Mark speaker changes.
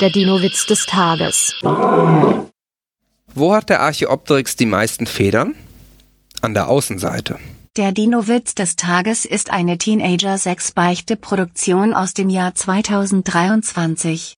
Speaker 1: Der Dino-Witz des Tages.
Speaker 2: Wo hat der Archeopteryx die meisten Federn? An der Außenseite.
Speaker 3: Der Dino-Witz des Tages ist eine Teenager-6-Beichte-Produktion aus dem Jahr 2023.